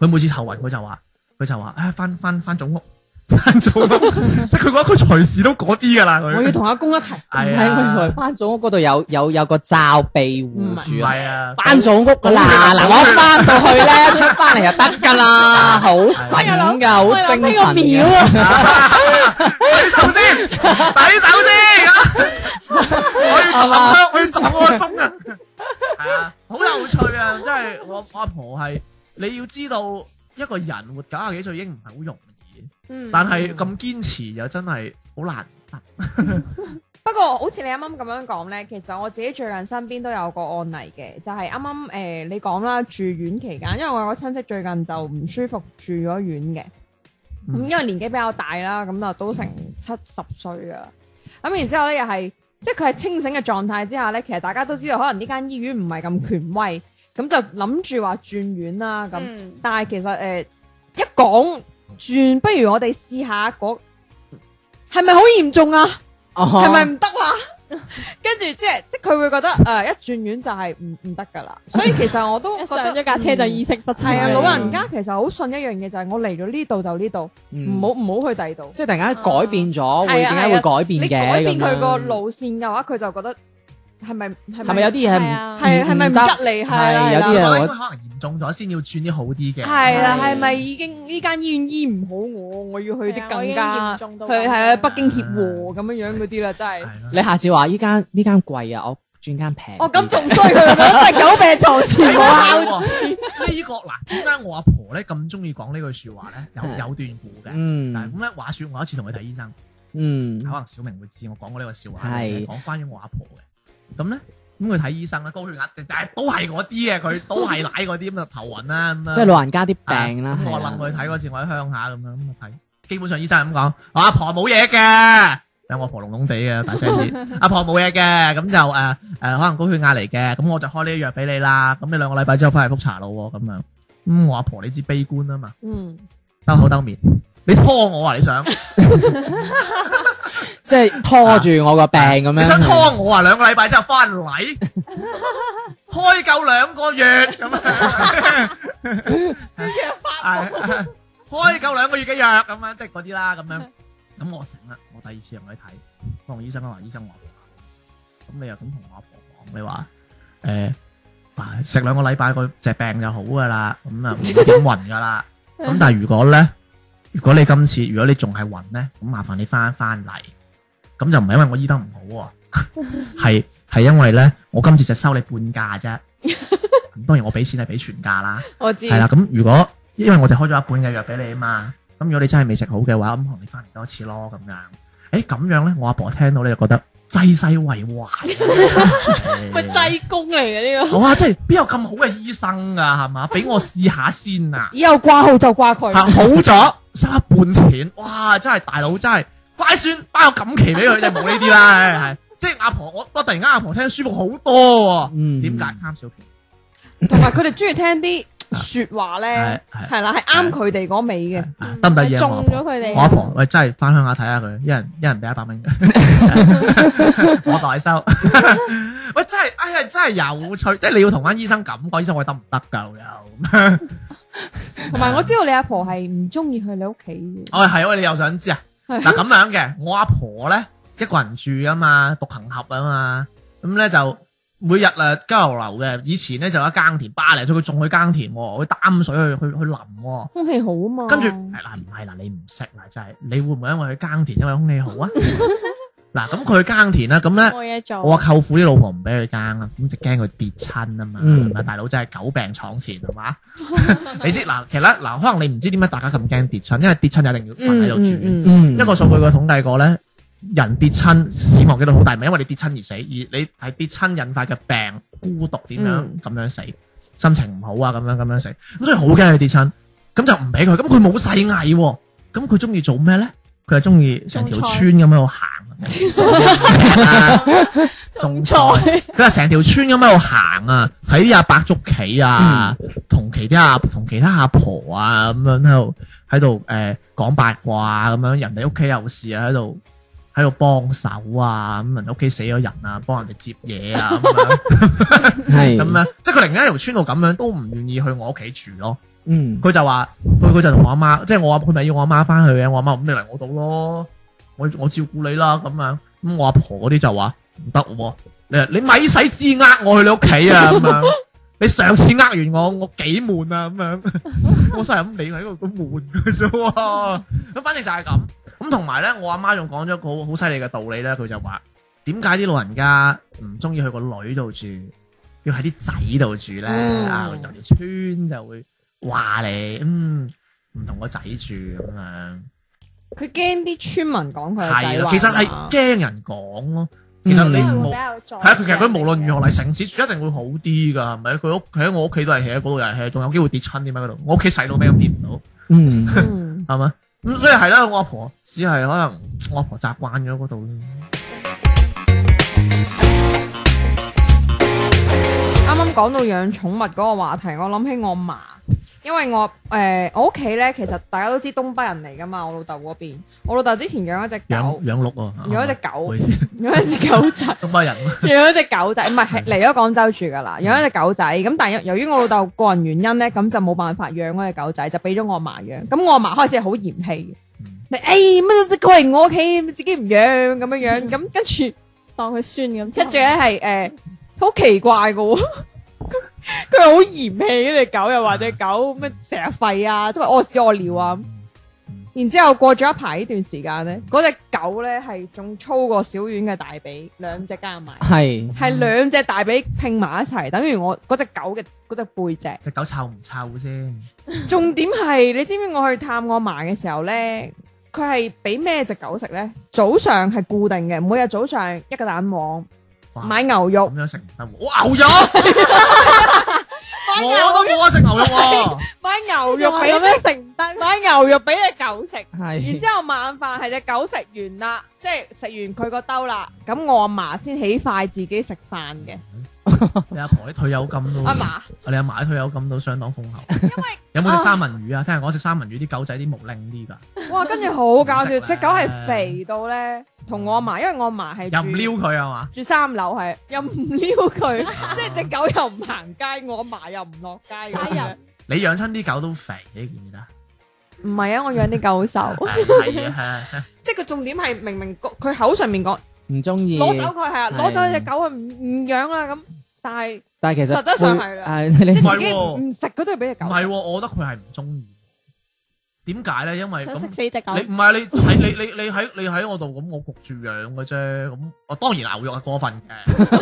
S3: 佢每次頭暈，佢就話，佢就話，啊，翻翻翻總屋， *laughs* 翻總屋，即係佢覺得佢隨時都嗰啲噶啦，
S2: 我要
S3: 佢
S2: 同阿公一齊。
S1: 喺
S3: 係
S1: 佢
S3: 啊
S1: 台，班祖屋嗰度有有有個罩庇護
S3: 唔
S1: 住啊。
S3: 係啊，
S1: 班祖屋嗱嗱，我翻到去
S3: *laughs*
S1: 咧，出翻嚟就得噶啦，好醒
S2: 啊
S1: 噶，好精神嘅。
S3: 洗手先，洗手先，我要撞啊，我要撞我個鐘啊，係啊，好有趣啊，真係我我阿婆係，你要知道一個人活九廿幾歲已經唔係好容易，
S1: 嗯
S3: 但係咁堅持又真係好難得。
S2: 不過好似你啱啱咁樣講咧，其實我自己最近身邊都有個案例嘅，就係啱啱誒你講啦，住院期間，因為我有個親戚最近就唔舒服住咗院嘅，咁、
S3: 嗯
S2: 啊因為年紀比較大啦，咁就都成七十歲噶啦，咁然之後咧又係即係佢係清醒嘅狀態之下咧，其實大家都知道可能呢間醫院唔係咁權威，咁就諗住話轉院啦咁。
S4: 嗯
S2: 但係其實誒、呃一講轉，不如我哋試下嗰係咪好嚴重啊？係
S1: 係
S2: 咪唔得啦？跟住即係即係佢會覺得誒、呃一轉院就係唔唔得㗎啦。所以其實我
S4: *laughs*
S2: 都
S4: 一
S2: 覺
S4: 上
S2: 得
S4: 咗架車就意識不
S2: 系
S4: 清。
S2: 啊，
S1: 係
S2: 老人家其實好信一樣嘢，就係我嚟到呢度就呢度，唔好唔好去第二度。
S1: 嗯即係突然間改變咗，會
S2: 啊係
S1: 點
S2: 啊
S1: 解會改變嘅？
S2: 你改變佢個
S1: 咁樣
S2: 路線嘅話，佢就覺得係咪係
S1: 係咪有啲嘢
S4: 係
S1: 唔
S4: 啊
S2: 係係咪唔
S1: 唔
S2: 吉
S1: 得
S2: 利係啦
S1: 係有
S2: 係
S1: 啲嘢
S2: 啦
S3: 我應
S1: 我
S3: 該可能嚴重咗先要轉啲好啲嘅。
S2: 係啦，
S4: 係
S2: 係咪已經呢間醫院醫唔好我，我要去啲
S4: 係啊我
S2: 更
S4: 已經
S2: 加
S4: 嚴重到
S2: 佢
S4: 咁
S2: 係啊
S4: 樣
S2: 北京協和咁樣樣嗰啲啦，真係。
S3: 係啦，
S1: 你下次話依間呢間貴啊，我轉間平啲嘅。
S2: 哦，咁仲衰佢嗰隻狗
S1: *laughs*
S2: 病床前無孝子。
S3: 哎呢個嗱，點解我阿婆咧咁中意講呢句説話咧？有
S1: 嗯
S3: 有段故嘅。嗱，
S1: 嗯
S3: 咁咧話説我有一次同佢睇醫生，
S1: 嗯
S3: 可能小明會知我講過呢個笑話，
S1: 係
S3: 講關於我阿婆嘅。咁咧，咁佢睇醫生咧，高血壓，但係都係嗰啲嘅，佢都係奶嗰啲咁就頭暈啦咁啊。
S1: 即係老人家啲病
S3: 啊
S1: 啦，
S3: 咁
S1: 係
S3: 我
S1: 啦
S3: 諗佢睇嗰次，我喺鄉下咁樣咁啊睇，基本上醫生係咁講，我阿婆冇嘢嘅。有我阿婆聾聾地嘅，大聲
S1: *laughs*
S3: 啲。阿婆冇嘢嘅，咁就誒誒、呃呃可能高血壓嚟嘅，咁我就開呢啲藥俾你啦。咁你兩個禮拜之後翻嚟覆查咯喎，咁樣。咁、我阿婆你知悲觀啊嘛，
S2: 嗯，
S3: 兜口兜面，你拖我啊你想？
S1: 即係拖住我個病咁樣。
S3: 你想拖我啊？兩個禮拜之後翻
S1: *laughs*
S3: 嚟，開夠兩個月咁樣，係開夠兩個月嘅藥咁樣，即係嗰啲啦咁樣。咁我醒啦，我第二次同佢睇，我同醫生講話，醫生話我咁你又咁同我阿婆講，你話誒啊食兩個禮拜個隻病就好噶啦，咁啊唔會點暈噶啦。咁但係如果咧，如果你今次如果你仲係暈咧，咁麻煩你翻一翻嚟。咁就唔係因為我醫得唔好喎， *laughs* 係係因為咧，我今次就收你半價啫。咁當然我俾錢係俾全價啦，
S2: 我知。
S3: 係啦。咁如果因為我就開咗一半嘅藥俾你啊嘛，咁如果你真係未食好嘅話，咁可能你翻嚟多次咯咁樣。誒咁樣咧，我阿婆聽到咧就覺得濟世為懷， *laughs*
S2: 咪濟公嚟嘅呢個。
S3: 哇！真係邊有咁好嘅醫生啊？係嘛？俾我試下先啊！
S2: 以後掛號就掛佢。
S3: 行好啊咗，收一半錢，哇！真係大佬真係乖孫包個錦旗俾佢，就冇呢啲啦，係係即係阿婆，我我突然間阿婆聽舒服好多
S1: 嗯
S3: 喎，點解貪小便宜？
S2: 同埋佢哋中意聽啲
S3: *laughs*
S2: 説話咧，
S3: 係係
S2: 係啦，係啱佢哋嗰味嘅。
S3: 啊得唔得意啊？
S4: 嗯中
S3: 我阿
S4: 咗
S3: 婆
S4: 佢哋
S3: 我阿婆喂，真係翻鄉下睇下佢，一人一人俾一百蚊佢，我代收。 *laughs* 喂，真係哎呀，真係有趣，即係你要同翻醫生咁講，醫生喂得唔得㗎老友？
S2: 同埋我知道你阿婆係唔中意去你屋企嘅。
S3: 哦，係喂，你又想知啊？嗱咁樣嘅，我阿婆咧一個人住啊嘛，獨行俠啊嘛，咁咧就每日啊交流流嘅。以前咧就有耕田，巴嚟咗佢仲去耕田喎，佢擔水去去去淋喎。
S2: 空氣好啊嘛。
S3: 跟住係嗱，唔係嗱，你唔識嗱，真係你會唔會因為佢耕田，因為空氣好啊？嗱，咁佢去耕田啦，咁咧
S4: 冇嘢做。啊
S3: 我舅父啲老婆唔俾佢耕啊，咁就驚佢跌親啊嘛。
S1: 嗯
S3: 嗱，大佬真係久病床前係嘛？ *laughs* 你知嗱，其實咧嗱，可能你唔知點解大家咁驚跌親，因為跌親就一定要瞓喺度住。
S2: 嗯嗯嗯
S1: 嗯
S3: 一個數據個統計過咧，人跌親死亡幾率好大，唔係因為你跌親而死，而你係跌親引發嘅病、孤獨點樣
S2: 嗯
S3: 咁樣死，心情唔好啊咁樣咁樣死，咁所以好驚佢跌親，咁就唔俾佢，咁佢冇細藝喎，咁佢中意做咩咧？佢係中意成條
S4: 種菜
S3: 村咁喺度行，種菜。佢話成條村咁喺度行啊，睇啲阿伯捉棋啊，同其他阿同其他阿婆啊咁樣喺度喺度誒講八卦啊咁樣，人哋屋企有事啊喺度喺度幫手啊，咁人哋屋企死咗人啊，幫人哋接嘢啊咁樣
S1: 係
S3: 咁樣，即係佢寧願喺條村度咁樣都唔願意去我屋企住咯。
S1: 嗯
S3: 佢就話佢佢就同我阿媽，即係我阿佢咪要我阿媽翻去嘅，我阿媽咁你嚟我度咯，我我照顧你啦咁樣。咁我阿婆嗰啲就話唔得喎，你話你咪使支呃我去你屋企啊咁樣。你上次呃完我，我幾悶啊咁樣。 *laughs* 我真係咁你喺度咁悶嘅啫喎。咁反正就係咁。咁同埋咧，我阿媽仲講咗個好好犀利嘅道理咧，佢就話點解啲老人家唔中意去個女度住，要喺啲仔度住咧、
S2: 嗯
S3: 啊？入條村就會。話你，嗯，唔同個仔住咁樣，
S2: 佢驚啲村民講佢
S3: 係啦，其實係驚人講咯。其實
S1: 嗯
S3: 你
S1: 因為
S3: 無
S4: 比
S3: 係
S4: 較在
S3: 啊，佢其實佢無論如何嚟城市住一定會好啲㗎，係咪？佢屋佢喺我屋企都係 hea，嗰度又係 hea，仲有機會跌親添喺嗰度。我屋企細到咩咁跌唔
S1: 嗯
S2: 嗯
S3: 到，係咪？咁所以係啦，我阿婆只係可能我阿婆習慣咗嗰度咯。
S2: 講到養寵物嗰個話題，我諗起我嫲，因為我誒、呃我屋企咧，其實大家都知東北人嚟噶嘛，我老豆嗰邊，我老豆之前養一隻
S3: 養
S2: 狗，
S3: 養鹿啊，
S2: 養一隻
S3: 唔好
S2: 狗
S3: 意，思，
S2: 養一隻狗仔。
S3: 東北人
S2: 養一隻狗仔，唔係係嚟咗廣州住噶啦，養一隻狗仔。咁但係由於我老豆個人原因咧，咁就冇辦法養嗰隻狗仔，就俾咗我阿嫲養。咁我阿嫲開始係好嫌棄嘅，你誒乜都過嚟我屋企，自己唔養咁樣樣。咁跟住
S4: 當佢酸咁。
S2: 跟住咧係誒好奇怪嘅喎。 *laughs* 佢佢好嫌棄嗰隻狗，又話隻狗咩成日吠啊，即係屙屎屙尿啊。然之後過咗一排呢段時間咧，嗰隻狗咧係仲粗過小丸嘅大髀，兩隻加埋。
S1: 係
S2: 系兩隻大髀拼埋一齊，等於我嗰只狗嘅嗰只背脊。
S3: 只狗臭唔臭先？
S2: 重點係，你知唔知我去探我嫲嘅時候咧，佢係俾咩只狗食咧？早上係固定嘅，每日早上一個蛋黃，
S3: 哇
S2: 買牛肉
S3: 咁，樣食唔得喎，哇牛肉， *laughs* 我都冇得食牛肉 *laughs* 喎，
S2: 買牛
S4: 肉
S2: 肉俾
S4: 咁
S2: 咩？
S4: 樣食唔得，
S2: *laughs* 買牛肉俾只狗
S3: *laughs*
S2: 食。然
S1: 係
S2: 之。後晚飯係只狗食完啦，即係食完佢個兜啦，咁我阿嫲先起筷自己食飯嘅。
S3: 你阿婆啲退休金都
S2: 阿， *laughs* 嫲，
S3: 你阿嫲啲退休金都相當豐厚。有冇食三文魚啊？聽人講食三文魚啲狗仔啲毛靚啲㗎，
S2: 哇，跟住好搞笑，
S3: 唔食啦
S2: 只狗係肥到咧，同我阿嫲，因為我阿嫲係
S3: 又唔
S2: 住
S3: 撩佢係嘛？
S2: 住三樓係又唔撩 *laughs* 佢，即係只狗又唔行街，我阿嫲又唔落街咁
S4: 齋
S2: 樣
S4: 人。
S3: 你養親啲狗都肥，你見唔見得？
S2: 唔係啊，我養啲狗好瘦，
S3: 係啊，
S2: *laughs* 即係佢重點係明明佢佢口上面講
S1: 唔中意，
S2: 攞走佢係啊，
S1: 係
S2: 攞走只狗佢唔唔養啦咁，但係
S1: 但係其實
S2: 實質上
S1: 會
S2: 係啦
S1: 係你
S2: 即係
S3: 係
S2: 自己
S3: 喎
S2: 唔唔食佢都要俾只
S3: 唔
S2: 狗。
S3: 係喎，我覺得佢係唔中意。點解咧？因為
S4: 想
S3: 咁
S4: 食死只狗。
S3: 你唔係啊你喺你你你喺你喺我度咁，我焗住養嘅啫。咁我當然牛肉係過分嘅，
S2: *laughs*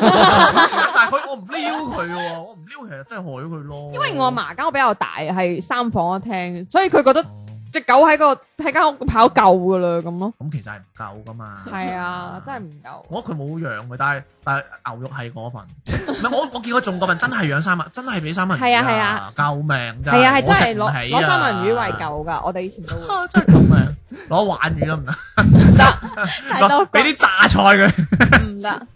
S3: 但係佢我唔撩佢喎，我唔撩佢就真係害咗佢咯。因
S2: 因為我阿嫲間屋比較大，係三房一廳，所以佢覺得
S3: 哦
S2: 只狗喺個喺間屋跑夠噶啦咁咯。
S3: 咁其實係唔夠噶嘛。
S2: 係啊，真係唔夠。
S3: 我覺得佢冇養嘅，但係但係牛肉係嗰份。唔係我我見佢仲嗰份真係養三文，真係俾三文魚。
S2: 係啊係啊，
S3: 救命真
S2: 係啊，係
S3: 我
S2: 真
S3: 食
S2: 係
S3: 唔
S2: 攞
S3: 起啊
S2: 攞三文魚為。狗㗎，我哋以前都會。
S3: *laughs* 啊真係救命！攞皖魚得唔得？ *laughs*
S4: 大兜
S3: 攞俾啲榨菜佢。
S2: 唔得，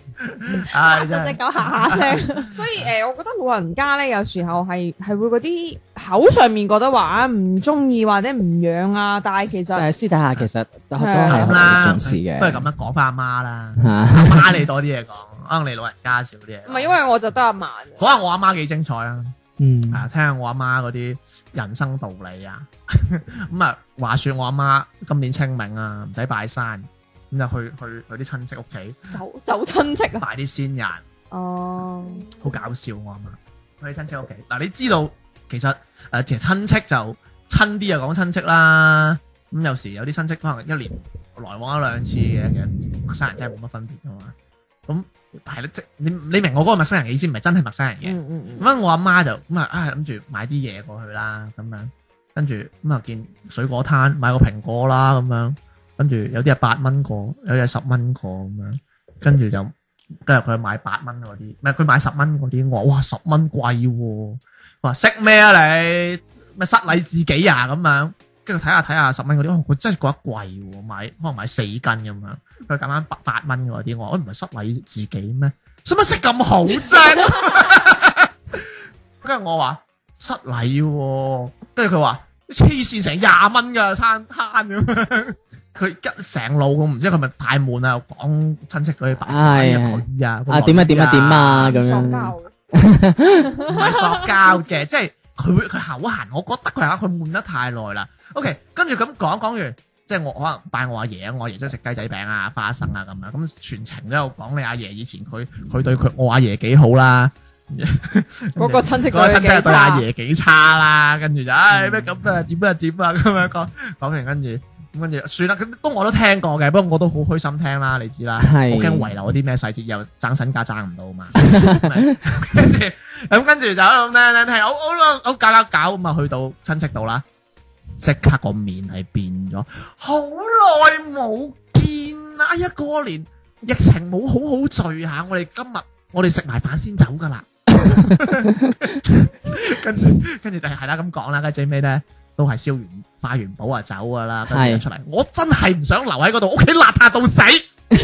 S3: 唉，真
S4: 只
S2: *laughs*
S3: 係
S4: 狗下下聲，
S2: 所以诶、呃我覺得老人家咧，有時候係系会嗰啲口上面覺得話啊唔中意或者唔養啊，但係其實
S1: 但係私底下其實都
S2: 係啊
S1: 係
S3: 咁
S1: 好
S3: 啦。
S1: 重視嘅，
S3: 不如咁啦，講翻阿媽啦。
S1: 嚇
S3: 阿媽你多啲嘢講，可能你老人家少啲嘢講。
S2: 唔係因為我就得阿嫲啫，
S3: 嗰日我阿媽幾精彩啊！
S1: 嗯
S3: 係啊，聽下我阿媽嗰啲人生道理啊。 *laughs* 咁啊，話說我阿媽今年清明啊，唔使拜山，咁就去去去啲親戚屋企
S2: 走走親戚啊，
S3: 拜啲先人，
S2: 哦，
S3: 好搞笑我阿媽。去啲親戚屋企嗱，你知道其實誒、呃其實親戚就親啲就講親戚啦。咁有時有啲親戚可能一年來往一兩次嘅，其實陌生人真係冇乜分別噶嘛。咁係啦，即你你明我嗰個陌生人嘅意思，唔係真係陌生人嘅。
S2: 嗯嗯嗯，
S3: 咁啊我阿媽就咁啊，啊諗住買啲嘢過去啦，咁樣跟住咁啊見水果攤買個蘋果啦，咁樣跟住有啲係八蚊個，有啲係十蚊個咁樣，跟住就跟住佢買八蚊嗰啲，唔係佢買十蚊嗰啲，我話哇十蚊貴喎、佢話識咩啊你咩失禮自己啊咁樣，跟住睇下睇下十蚊嗰啲，哦佢真係覺得貴喎、買可能買四斤咁樣，佢揀翻八八蚊嗰啲，我話我唔係失禮自己咩？使乜識咁好啫？跟住我話失禮喎、跟住佢話黐線成廿蚊㗎餐攤咁樣。佢一成路咁，唔知佢咪太悶啊？又講親戚嗰啲白
S1: 係係
S3: 佢啊，
S1: 啊點啊點啊點啊咁
S2: 塑
S1: 樣，
S2: 膠
S3: 唔係塑膠嘅，即係佢會佢口痕，我覺得佢係佢悶得太耐啦。OK，跟住咁講講完，即係我可能拜我阿爺啊，我阿爺中意食雞仔餅啊、花生啊咁樣，咁全程都有講你阿爺以前佢佢對佢我阿爺幾好啦。
S2: 嗰個親戚
S3: 嗰個親
S2: 佢
S3: 戚係
S2: 嘅
S3: 對阿
S2: 差，
S3: 爺幾差啦，跟住
S2: 嗯
S3: 就唉咩咁啊點啊點啊咁樣講講完，跟住咁跟住算啦，咁都我都聽過嘅，不過我都好虛心聽啦，你知啦，我
S1: 係
S3: 驚遺留嗰啲咩細節又爭身家爭唔
S2: *laughs*
S3: 到嘛，跟住咁跟住就喺度咧咧聽，好好啦，好搞搞搞咁啊去到親戚度啦，即刻個面係變咗，好耐冇見啦，哎呀過年疫情冇好好聚下，我哋今日我哋食埋飯先走 *laughs* 噶啦。跟住跟住就係啦咁講啦，跟住最尾咧，都係燒完化完寶啊走噶啦，
S1: 係
S3: 跟住出嚟。我真係唔想留喺嗰度，屋企邋遢到死，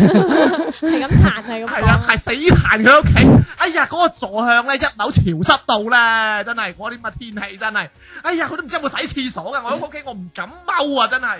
S4: 系咁彈，係咁
S3: 係啦，
S4: 講。
S3: 係死閒佢屋企。哎呀，嗰、個坐向咧一樓潮濕到咧，真係嗰啲乜天氣真係，哎呀，佢都唔知有冇洗廁所噶。我喺屋企我唔敢踎啊，真係。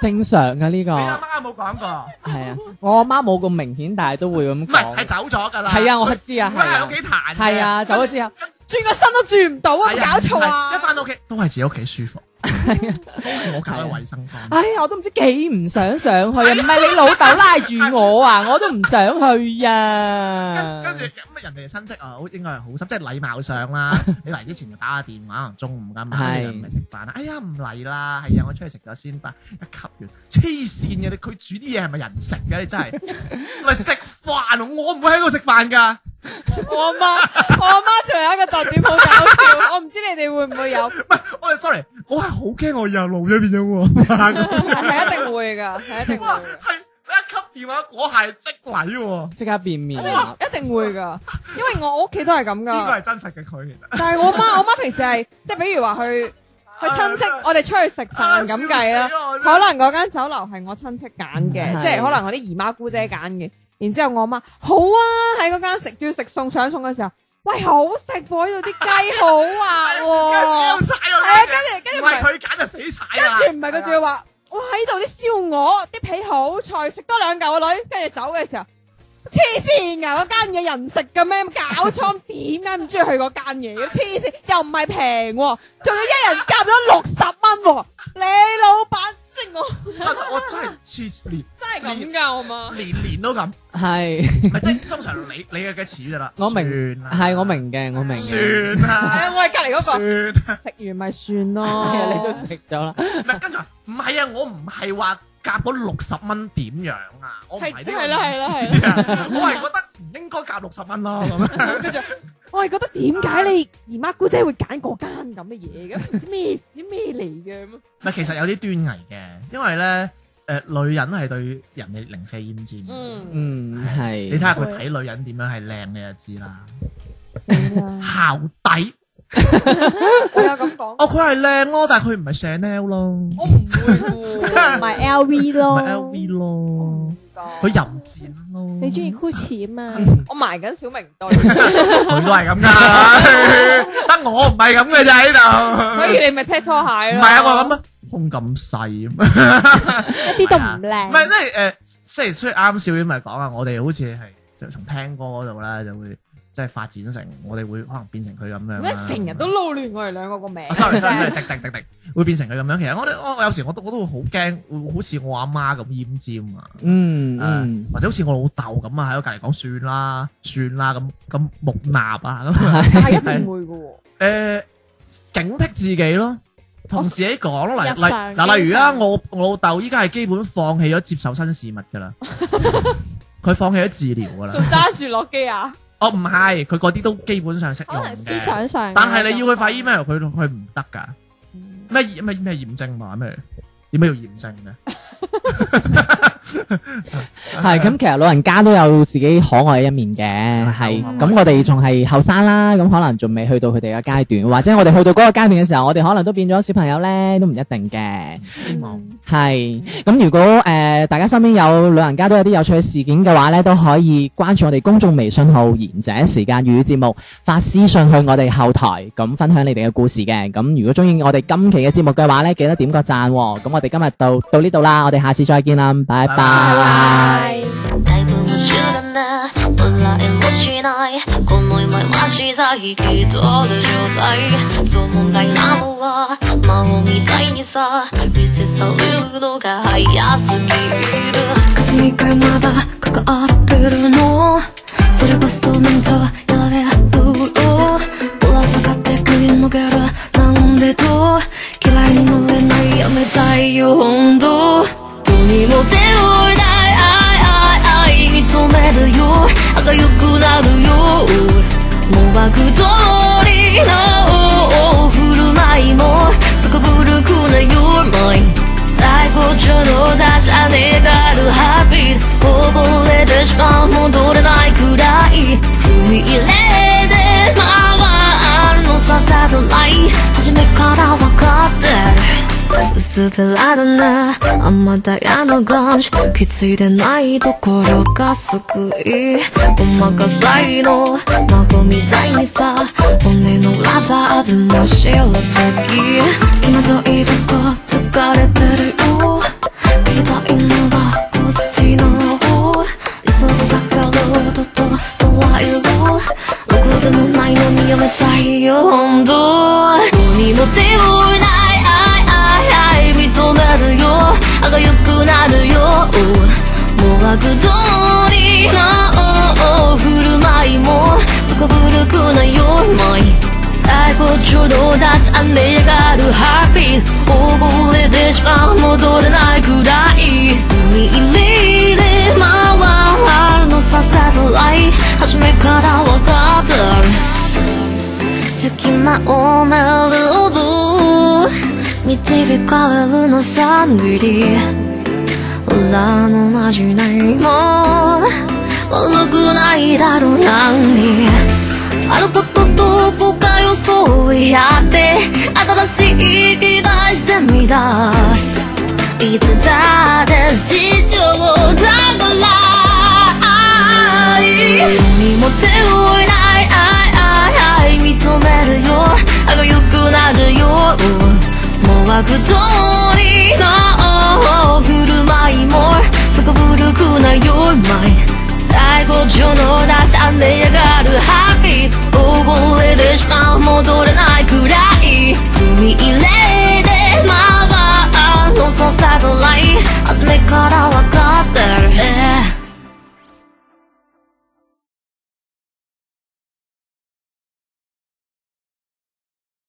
S1: 正常噶呢個
S3: 你阿媽有冇講過？
S1: 係啊，我阿媽冇咁明顯，但係都會咁
S3: 唔係，
S1: 講。
S3: 係走咗㗎啦。
S1: 係啊，我知啊，
S3: 唔
S1: 係
S3: 喺
S1: 啊
S3: 屋，企彈嘅。
S1: 係啊，走咗之後，
S2: 转个身都转唔到啊！
S3: 係啊，
S2: 搞错
S3: 係
S2: 啊
S3: 一！翻到屋企都係自己屋企舒服，
S1: 啊
S3: 都係我搞嘅衞生方。
S1: *laughs* 哎呀，我都唔知幾唔想上去啊！唔係你老豆拉住我
S3: *laughs*
S1: 啊，我都唔想去啊。
S3: 跟住咁啊，人哋親戚啊，好應該係好心，即係禮貌上啦。
S1: *laughs*
S3: 你嚟之前就打下電話，可能中午㗎嘛，
S1: 係
S3: 跟住就唔係食飯啦。哎呀，唔嚟啦，係啊，我出去食咗先吧。一吸完，黐線嘅你，佢煮啲嘢係咪人食嘅？你
S1: *laughs*
S3: 真係嚟食飯，我唔會喺度食飯㗎。
S2: 我阿妈， *laughs* 我阿妈仲有一个特點好搞笑，我唔知你哋會唔會
S3: *laughs*
S2: 有，
S3: 唔係，我哋 sorry，我係好驚我以後老咗變咗喎。
S2: 係一定會㗎，係一定會
S3: *laughs* 哇，
S2: 㗎，
S3: 係你一吸電話，我係即禮
S2: 啊
S3: 喎。
S1: 即刻變
S3: 哎
S1: 面啦。
S2: 一定會㗎，因為我我屋企都係咁
S3: 呢個
S2: 㗎，
S3: 係真實嘅佢其實。
S2: 但係我媽，我媽平時係即係比如話去去親戚，我哋出去食飯咁計啦。可能嗰間酒樓係我親戚揀嘅，
S1: 係
S2: 即係可能我啲姨媽姑姐揀嘅。然之後我媽好啊，喺嗰間食，仲要食餸上餸嘅時候，喂好食喎，呢度啲雞好
S3: 啊
S2: 滑
S3: *laughs* 喎，
S2: 喎，
S3: 跟住踩落
S2: 係啊，跟住跟住
S3: 唔
S2: 唔
S3: 係
S2: 係
S3: 佢揀就死踩啊啦。
S2: 跟住唔係佢仲要話，哇喺度啲燒鵝啲皮好脆，食多兩嚿個女，跟住走嘅時候。黐線㗎！嗰間嘢人食嘅咩？搞錯點解唔中意去嗰間嘢嘅？黐線又唔係平喎， *laughs* 仲要一人夾咗六十蚊喎！你老闆即係我。
S3: 真我真係次年
S2: 真係咁噶，好
S3: *laughs*
S2: 嘛？
S3: 年年都咁，
S1: 係，
S3: 唔 *laughs* 係即係通常你你嘅嘅詞㗎啦。
S1: 我明
S3: 算啦
S1: 係我。明嘅，我明嘅。 *laughs*
S3: 算啦，
S2: 我係隔離
S3: 算
S2: 嗰
S3: 啦，
S2: 個食完咪算
S1: 係啊，你都
S2: 咯。
S1: 食咗啦。
S3: 唔係跟住話唔係啊，我唔係話夾嗰六十蚊點樣啊，我唔係
S2: 係
S3: 呢個
S2: 係啦係啦係
S3: 意
S2: 啦，
S3: *laughs* 思啊，我係覺得唔應該夾六十蚊咯咁樣。
S2: 跟住我係覺得點解你姨媽姑姐會揀嗰間咁嘅嘢嘅？唔知咩啲咩嚟嘅咁啊？
S3: 唔係，其實有啲端倪嘅，因為咧誒女人係對人哋零舍厭尖嘅。
S2: 嗯，
S1: 嗯，係。
S3: 你睇下佢睇女人點樣係靚，你就知啦。
S2: 死
S4: 啊
S2: 啦！
S3: 校底。
S2: 我有咁講，
S3: 哦，佢係靚咯，但係佢唔係 Chanel 咯，唔
S2: 我唔
S3: *laughs*
S2: 會喎。
S4: 哦唔係 LV 咯，哦
S3: 係 LV 咯，佢淫賤咯，
S4: 你中意 Gucci 啊嘛？
S2: 我埋緊小明堆，
S3: 佢
S4: *laughs*
S3: 都係咁噶，得我唔係咁嘅咋喺度。
S2: 所以你咪踢拖鞋
S3: 唔
S2: 咯。
S3: 係啊，我咁啊，胸咁啊細，唔
S4: 一啲都唔靚。
S3: 係即係誒，即係雖然啱小婉咪講啊，我哋好似係就從聽歌嗰度咧就會即係發展成，我哋會可能變成佢咁樣
S2: 點
S3: 啦。
S2: 解成日都撈亂我哋兩個個名？真
S3: sorry sorry，
S2: 係
S3: 滴滴滴滴，會變成佢咁樣。其實我哋我我有時我都我都會好驚，會好似我阿媽咁奄尖啊。
S1: 嗯
S3: 誒
S1: 嗯，
S3: 或者好似我老豆咁啊，喺我隔離講算啦，算啦咁咁木訥啊咁，
S2: 但係一定會嘅喎。
S3: 誒呃警惕自己咯，同自己講咯，例
S4: 日
S3: 例
S4: 常
S3: 嗱例如啊，
S4: 日常
S3: 我我老豆依家係基本放棄咗接受新事物
S4: *laughs*
S3: 噶啦，佢放棄咗治療噶
S2: 仲
S3: 啦，
S2: 揸住諾基亞，
S3: 哦唔係，佢嗰啲都基本上識用
S4: 可能思
S3: 嘅，
S4: 想上，
S3: 但係你要佢發 email，佢佢唔得㗎，
S4: 嗯
S3: 咩咩咩驗證嘛咩？點解要驗證嘅？
S4: *laughs*
S1: 係咁，其實老人家都有自己可愛嘅一面嘅，係
S3: 嗯
S1: 咁，我哋仲係後生啦，咁可能仲未去到佢哋嘅階段，或者我哋去到嗰個階段嘅時候，我哋可能都變咗小朋友咧，都唔一定嘅。
S3: 希望
S1: 係咁，如果誒、呃大家身邊有老人家都有啲有趣嘅事件嘅話咧，都可以關注我哋公眾微信號賢者時間粵語節目，發私信去我哋後台，咁分享你哋嘅故事嘅。咁如果中意我哋今期嘅節目嘅話咧，記得點個讚喎、咁我哋今日到到呢度啦，我哋下次再見啦，拜
S3: 拜
S1: 拜
S4: 係。
S8: 大部分修炼的不来我去哪？国内外话是在几多的就在，做梦在那路啊，马我咪在你啥？日子在流动个海呀是你的。
S5: 그니까마다그거앞으로너소리봤어난저야래우도올라서갔대그린노게라나온데도기라이노래나이야매다이요혼도돈이뭐대올다아이아이아이認めるよあがよくなるよもう枠通りの振る舞いもすこぶるくな Your mind 最高潮のダジャレだるハビこぼれてしまう戻れないくらい踏み入れて回るのささとない初めから分かってる
S8: 薄っぺらだね甘たやの感じ気づいてないところが救いごまかさいの孫みたいにさ骨のラダーでも白すぎ今どいとこ疲れてるよ聞きたいのはこっちの方急ぐだけどとと空色どこでもないのにやめたいよ本当鬼の手をない愛愛愛認めるよあがゆくなるよもがく通りの振る舞いもすこぶるくなよ my 最高潮の立ち上がるハッピー溺れてしまう戻れないくらい海入りで回るのささずらい初めから分かってる隙間を埋めるほど導かれるのさ無理裏のまじないも悪くないだろう何にあることと僕が装い合って新しい期待してみ出すいつだって市場だから何も手をいない愛愛愛認めるよあが良くなるよもう悪ど